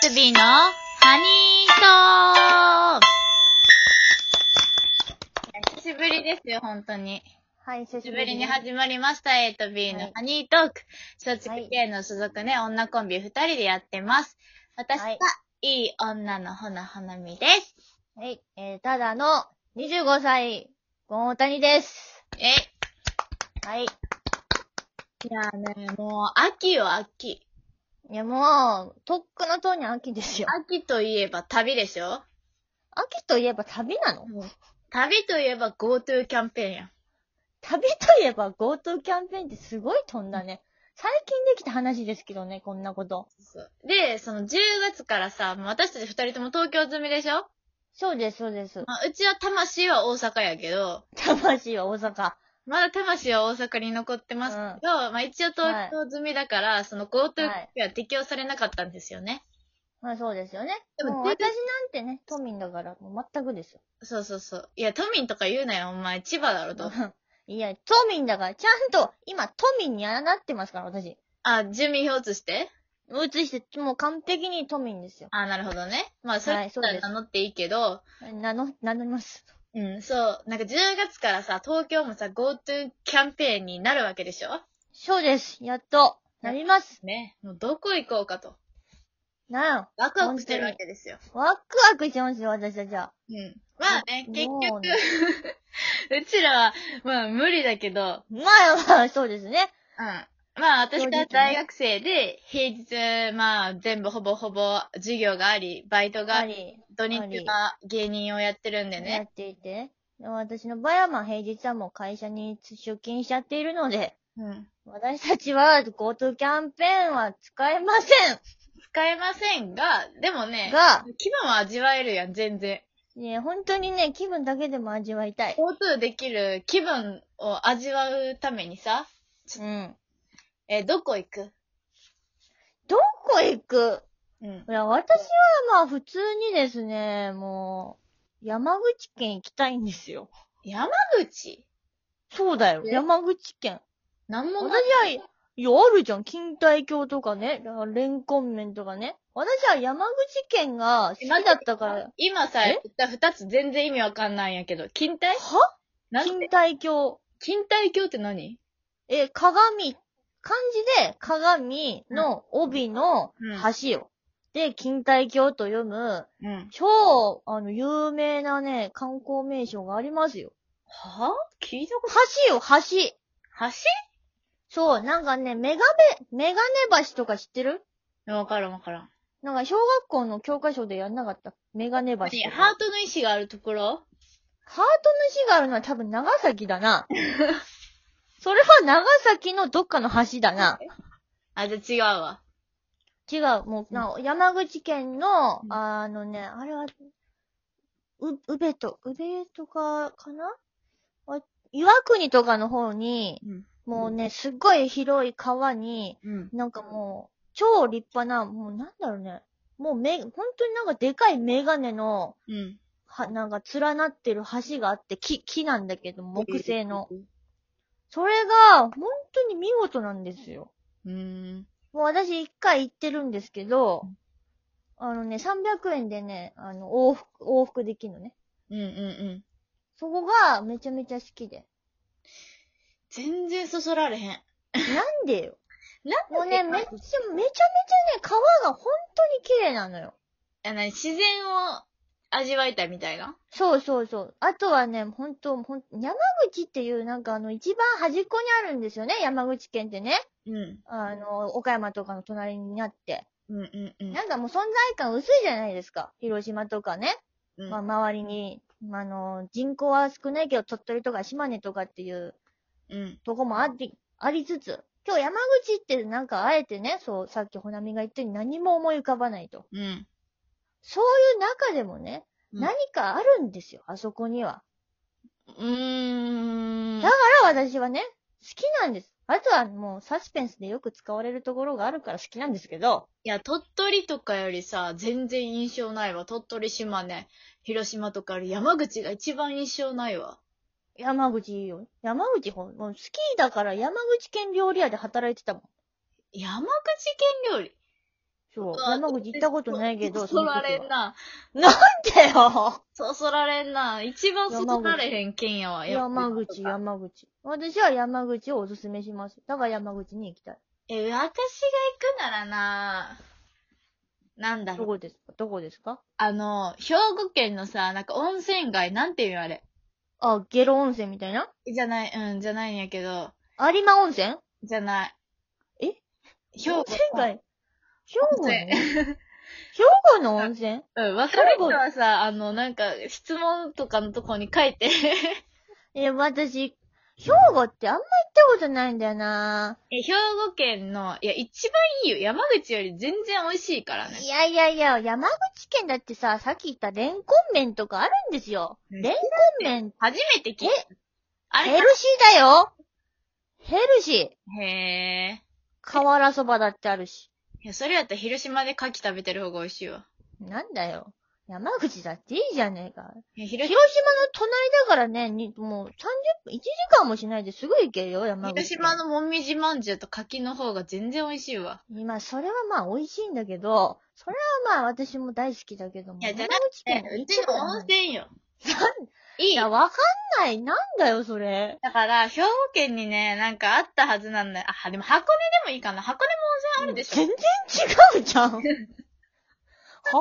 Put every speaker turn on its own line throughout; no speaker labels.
つびのハニートーク久しぶりですよ、本当に。
はい、久
久
し
し
ぶ
ぶり
り
に
に
始まりました、A と B
は
の
い
ハニートーク。松竹系の所属ね、女コンビ二人でやってます。私は
はい、
いい女のほなほなみです。
はい、えー、ただの25歳、ゴンオタニです。
え、い
はい。い
やね、もう、秋よ、秋。
や、もう、とっくのとうに秋ですよ。
秋といえば旅でしょ
秋といえば旅なの
旅といえば GoTo キャンペーンやん。
旅といえば GoTo キャンペーンってすごい飛んだね。最近できた話ですけどね、こんなこと。
そうで、その10月からさ、もう私たち二人とも東京済みでしょ、
そうです、そうです。
まあ、うちは魂は大阪やけど、
魂は大阪。
まだ魂は大阪に残ってますけど、まあ一応東京済みだから、その GoTo
はい
は適用されなかったんですよね。
まあそうですよね。
で
で
も
もう
全
私
然
なんてね、都民だから、もう全くですよ。
そうそうそう。いや、都民とか言うなよ、お前、千葉だろと。
いや、都民だから、ちゃんと、今、都民にあなってますから、私。
あ、住民票移して
移して、もう完璧に都民ですよ。
あ、なるほどね。まあ、そ
は
れ
い
だ
そ
っ
う
た
で
ら
す
名乗っていいけど、
名乗、名乗ります。
うん、そう。なんか10月からさ、東京もさ、GoTo キャンペーンになるわけでしょ
そうです。やっと、なります。
ね。もうどこ行こうかと。
なあ、
ワクワクしてるわけですよ。
ワクワクしてますよ、私たちは。
うん。まあね、結
も
局、
うね
うちらは、まあ無理だけど、
まあまあ、そうですね。
うん。まあ私
正直
が
ね
大学生で、平日、まあ全部ほぼほぼ授業があり、バイトがあ
あ
り、
り、
土日は芸人をやってるんで
や
ね。
っていて。でも私の場合は、まあ、平日はもう会社に出勤しちゃっているので、
うん。
私たちは GoTo キャンペーンは使えませ
使えませんが、でもね
ん、が、
気分は味わえるやん、全然。
ね、本当にね、気分だけでも味わいたい。
GoTo できる気分を味わうためにさ、
うん。
え、どこ行く
どこ行く
うん。
いや、私はまあ普通にですね、もう、山口県行きたいんですよ。
山口
そうだよ。
え
山口県。
なんも
私
ない。
は、いや、あるじゃん。錦帯橋とかね、レンコン麺とかね。私は山口県が好きだったから、
今さ、言
え
った二つ全然意味わかんないんやけど。錦帯
は
なん
錦
て
帯橋。
錦帯橋って何
え、鏡、漢字で鏡の帯の
うん
橋よ。で、錦帯橋と読む、
うん。
超、あの、有名なね、観光名所がありますよ。
はぁ聞いたこ
橋よ、橋。
と
そう、なんかね、メガベ、メガネ橋とか知ってる
橋わからんわからん。
なんか小学校の教科書でやんなかった。メガネ橋と
何
か。ハ
ハ
ー
ートの石があるところ
トの石があるのは多分長崎 だな。それは長崎のどっかの橋だな。
あ、じゃあ違うわ。
違う、もう、な山口県の、あのね、あれは、う、宇部と、宇部とか、かなあ岩国とかの方に、
うん。
もうね、すっごい広い川に、
うん。
なんかもう、超立派な、もうなんだろうね。もうめ、本当になんかでかいメガネの、
うん。
は、なんか連なってる橋があって、木、木なんだけど、木製の。。それが、本当に見事なんですよ。
うーん。
もう私一回行ってるんですけど、あのね、300円でね、あの、往復、往復できるのね。
うんうんうん。
そこがめちゃめちゃ好きで。
全然そそられへん。な
なんでよ。
ん
もうね、めっちゃ、めちゃめちゃね、川が本当に綺麗なのよ。
あ何自然を味わいたいみたいな
そうそうそう。あとはね、本当ほん、山口っていう、なんかあの、一番端っこにあるんですよね、山口県ってね。
うん。
あの、岡山とかの隣になって。
うんうんうん。
なんかもう存在感薄いじゃないですか。広島とかね。
うん
まあ、周りに、まああの、人口は少ないけど、鳥取とか島根とかっていう
うん。
とこもあり、ありつつ。今日山口ってなんかあえてね、そう、さっきほなみが言ったように何も思い浮かばないと。
うん。
そういう中でもね、
うん
何かあるんですよ、あそこには。
うーん。
だから私はね、好きなんです。あとはもうサスペンスでよく使われるところがあるから好きなんですけど、
いや、鳥取とかよりさ、全然印象ないわ。鳥取、島根、広島とかより山口が一番印象ないわ。
山口いいよ。山口ほん、もう好きだから山口県料理屋で働いてたもん。
山口県料理
そう。
あ
山口行ったことないけ ど、
そそられん
ん
な。
だよ
そそられんな。一番そそられへん県やわ。やっぱ
山口、山口。私は山口をおすすめします。だから山口に行きたい。
え、私が行くならな、なんだ
ど
ろう。
こですかどこですか
あの、兵庫県のさ、なんか温泉街、なんていうのあれ。
あ、ゲロ温泉みたいな
じゃない、うん、じゃないんやけど、
有馬温泉
じゃない。
え
兵
温
庫
泉街兵庫の
温
兵庫の温泉
うん、わかる人はさ、あの、なんか、質問とかのとこに書いて。
え、私、兵庫ってあんま行ったことないんだよな
え、兵庫県の、いや、一番いいよ。山口より全然美味しいからね
い。やいやいや、山口県だってさ、さっき言ったレンコン麺とかあるんですよ。
ね
レンコン麺、
初めて聞いた。あ
ヘ
れ
ルシーだよヘルシー。
へー。
瓦そばだってあるし。
いや、それやったら広島で牡蠣食べてる方が美味しいわ。
なんだよ。山口だっていいじゃねえか。
いや
広
広
島の隣だからね、にもう30分、1時間もしないですぐ行けるよ、山口。
広島。のもみじまんじゅうと牡蠣の方が全然美味しいわ。
今、それはまあ美味しいんだけど、それはまあ私も大好きだけども。
いやじゃ
山
な
口
え、
県
う
一
ちの
部だな
温泉よ。い
い
い
や、わかんない。なんだよ、それ。
だから、兵庫県にね、なんかあったはずなんだよ。あ、でも箱根でもいいかな。箱根も温泉あるでしょ。
全然違うじゃん。箱根は温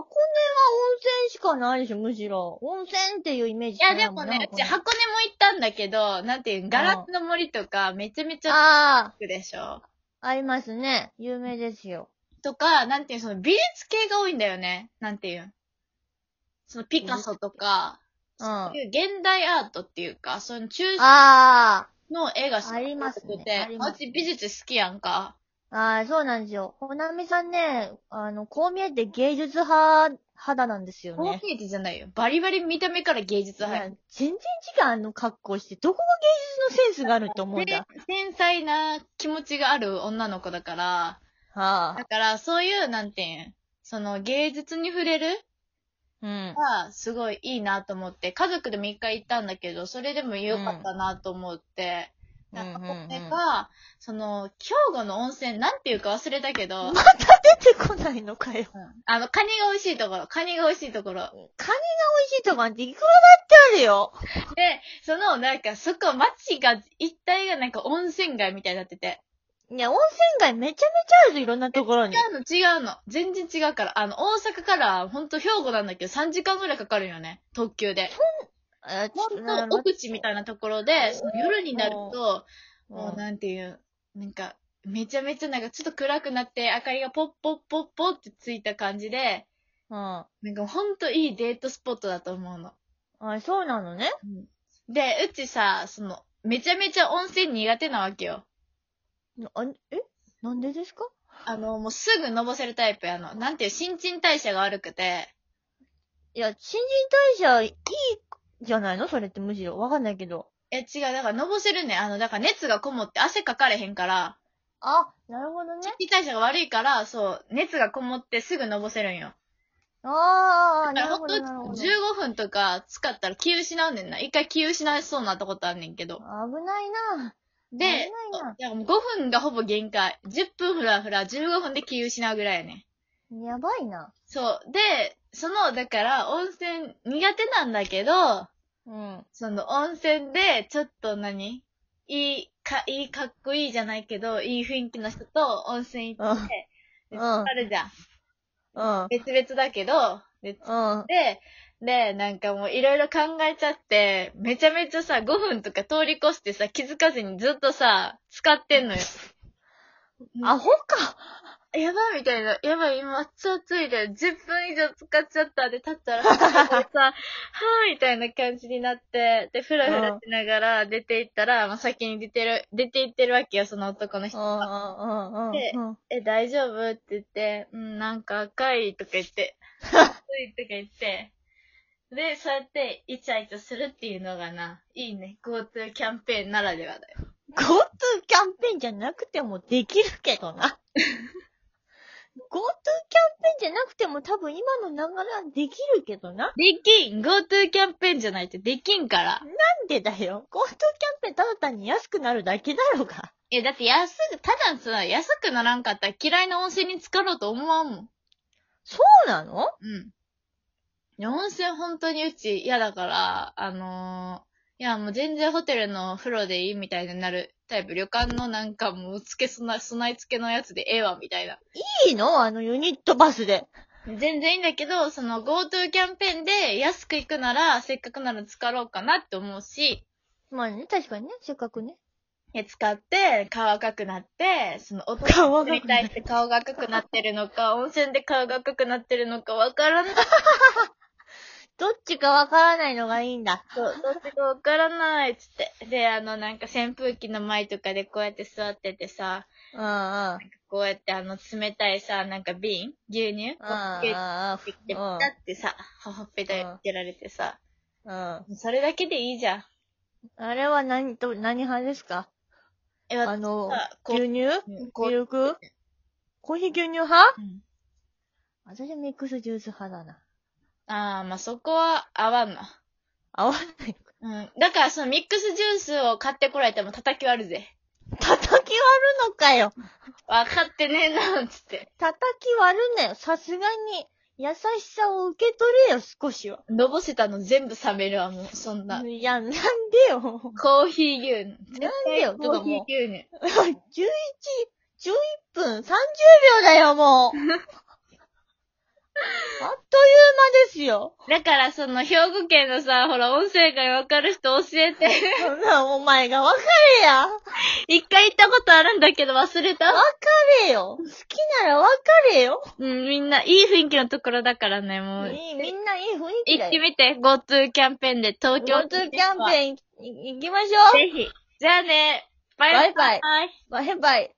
泉しかないでしょ、むしろ。温泉っていうイメージ
い
しか
や、
な
で
い
も
ん
ね、うち
箱根
箱根も行ったんだけど、なんていう、ガラスの森とか、めちゃめちゃ
ああ、
行くでしょ。
ありますね。有名ですよ。
とか、なんていう、その美術系が多いんだよね。なんていう。そのピカソとか、
うん。あ
いう現代アートっていうか、その中世
あ、
の絵がすごく
ありますね
多くて
あります
うち美術好きやんか。
ああ、そうなんですよ。ほなみさんね、あの、こう見えて芸術派、肌なんですよ
こう
ね。
見えてじゃないよ。バリバリ見た目から芸術
い
派
や
や。
全然違う、あの格好して。どこが芸術のセンスがあると思うんだ。は
繊細な気持ちがある女の子だから、
あ
だ。からそういう、なんていうん、その芸術に触れる
うん。
がすごいいいなと思って、家族でも一回行ったんだけど、それでも良かったなと思って、
うん
なんか
うん
こ
うんうん
れが、その、兵庫の温泉、なんていうか忘れたけ ど、
出てこないのかよ。
うんあの、カニが美味しいところ、カニが美味しいところ。
カニが美味しいとこなんていくらだってあるよ。
で、その、なんか、そこ、街が、一帯がなんか温泉街みたいになってて。
いや、温泉街めちゃめちゃあるぞ、いろんなところに。
違うの、違うの。全然違うから。あの、大阪から、ほんと兵庫なんだけど、3時間ぐらいかかるよね。特急で。
えーちょ
ほ
っと
ん
な
と、奥地みたいなところで、その夜になると、
うん
もうなんていう、なんか、めちゃめちゃなんかちょっと暗くなって、明かりがポッポッポッポッってついた感じで、
うん。
なんかほんといいデートスポットだと思うの。
あ、そうなのね。
で、うちさ、その、めちゃめちゃ温泉苦手なわけよ。
あえなんでですか
あの、もうすぐのぼせるタイプやの。なんていう、新陳代謝が悪くて。
いや、新人代謝いいじゃないのそれってむしろ。わかんないけど。
え、違う、だからのぼせるね。あの、だから熱がこもって汗かかれへんから、
あ、なるほどね。
新陳代謝が悪いから、そう、熱がこもってすぐのぼせるんよ。
ああ、
だから
なる
ほ
ほ
んと
ど、なるほど。危
15分とか使ったら気失うねんな。一回気失いそうになったことあんねんけど。
ないな。
で、
危ないな
だからもう5分がほぼ限界。10分ふらふら、15分で気失うぐらいやねん。
やばいな。
そう。で、その、だから温泉苦手なんだけど、
うん。
その温泉でちょっと何いい、か、いいかっこいいじゃないけど、いい雰囲気の人と温泉行って、
う
で
ん
あるじゃん。
うん。
別々だけど、で、
うん。
で、で、なんかもういろいろ考えちゃって、めちゃめちゃさ、5分とか通り越してさ、気づかずにずっとさ、使ってんのよ。
アホか。
やばいみたいな。やばい、今、めっちゃ暑いで、10分以上使っちゃったで、立ったら、さ、はぁ、みたいな感じになって、で、ふらふらしながら出て行ったら、まあ、先に出てる、出て行ってるわけよ、その男の
う
人
んう
が。
んうんうん。
で
うん
え、大丈夫って言って、うん、なんか赤いとか言って、暑いとか言って、で、そうやって、イチャイチャするっていうのがな、いいね、GoTo キャンペーンならではだよ。
GoTo キャンペーンじゃなくてもできるけど な。GoTo キャンペーンじゃなくても多分今の流れはできるけどな。な
できん !GoTo キャンペーンじゃないってできんから。
んでだよ。GoTo キャンペーンただ単に安くなるだけだろうが。
え、だって安く、たださ、安くならんかったら嫌いな温泉に浸かろうと思わんもん。
そうなの
うん。いや温泉本当にうち嫌だから、あのーいやもう全然ホテルの風呂でいいみたいになるタイプ。旅館のなんかもうつけ備え、備え付けのやつでええわみたいな。
いいのあのユニットバスで。
全然いいんだけど、その GoTo キャンペーンで安く行くなら、せっかくなら使ろうかなって思うし、
まあね、確かにね、せっかくね。
いや使って、顔赤くなって、その、お
顔赤くなる
りたいって顔が赤くなってるのか、温泉で顔が赤くなってるのかわからない。
どっちかわからないのがいいんだ。
そう、どっちかわからないっつって。で、あの、なんか扇風機の前とかでこうやって座っててさ、
うんうん。あ
こうやってあの、冷たいさ、なんか瓶牛乳こう
あ、
ピュッ
あ
てきて、ピタってさ、ほっぺたにつけられてさ、
あ、うん。
それだけでいいじゃん。
あれは何と、何派ですか
え、
あ
私
の、
さ、こう、
牛乳
うんこう
ミルクコーヒー牛乳派
うん
私はミックスジュース派だな。
ああ、まあ、そこは合わんな。
合わないのか。
うん。だから、そのミックスジュースを買ってこられても叩き割るぜ。
叩き割るのかよ。
わかってねえな、つって。
叩き割るなよ。さすがに、優しさを受け取れよ、少しは。
のぼせたの全部冷めるわ、もう、そんな。
いや、なんでよ。
コーヒー牛乳。
なんでよ、
コーヒー牛乳。
11、11分30秒だよ、 もう。あっという間です よ。
だから、その、兵庫県のさ、ほら、音声がわかる人教えて。
そんなお前が分かれや。分か
一回行ったことあるんだけど忘れた。
れよ。好きなら分かれよ。
うん、みんな、いい雰囲気のところだからね、もう。
みみんないい雰囲気
行っ
だ
て
よ。
みて、GoTo キャンペーンで東京
GoTo キャンペーンい行きましょう。
ぜひ。じゃあね、バイバイ。
バイバイバイバイ。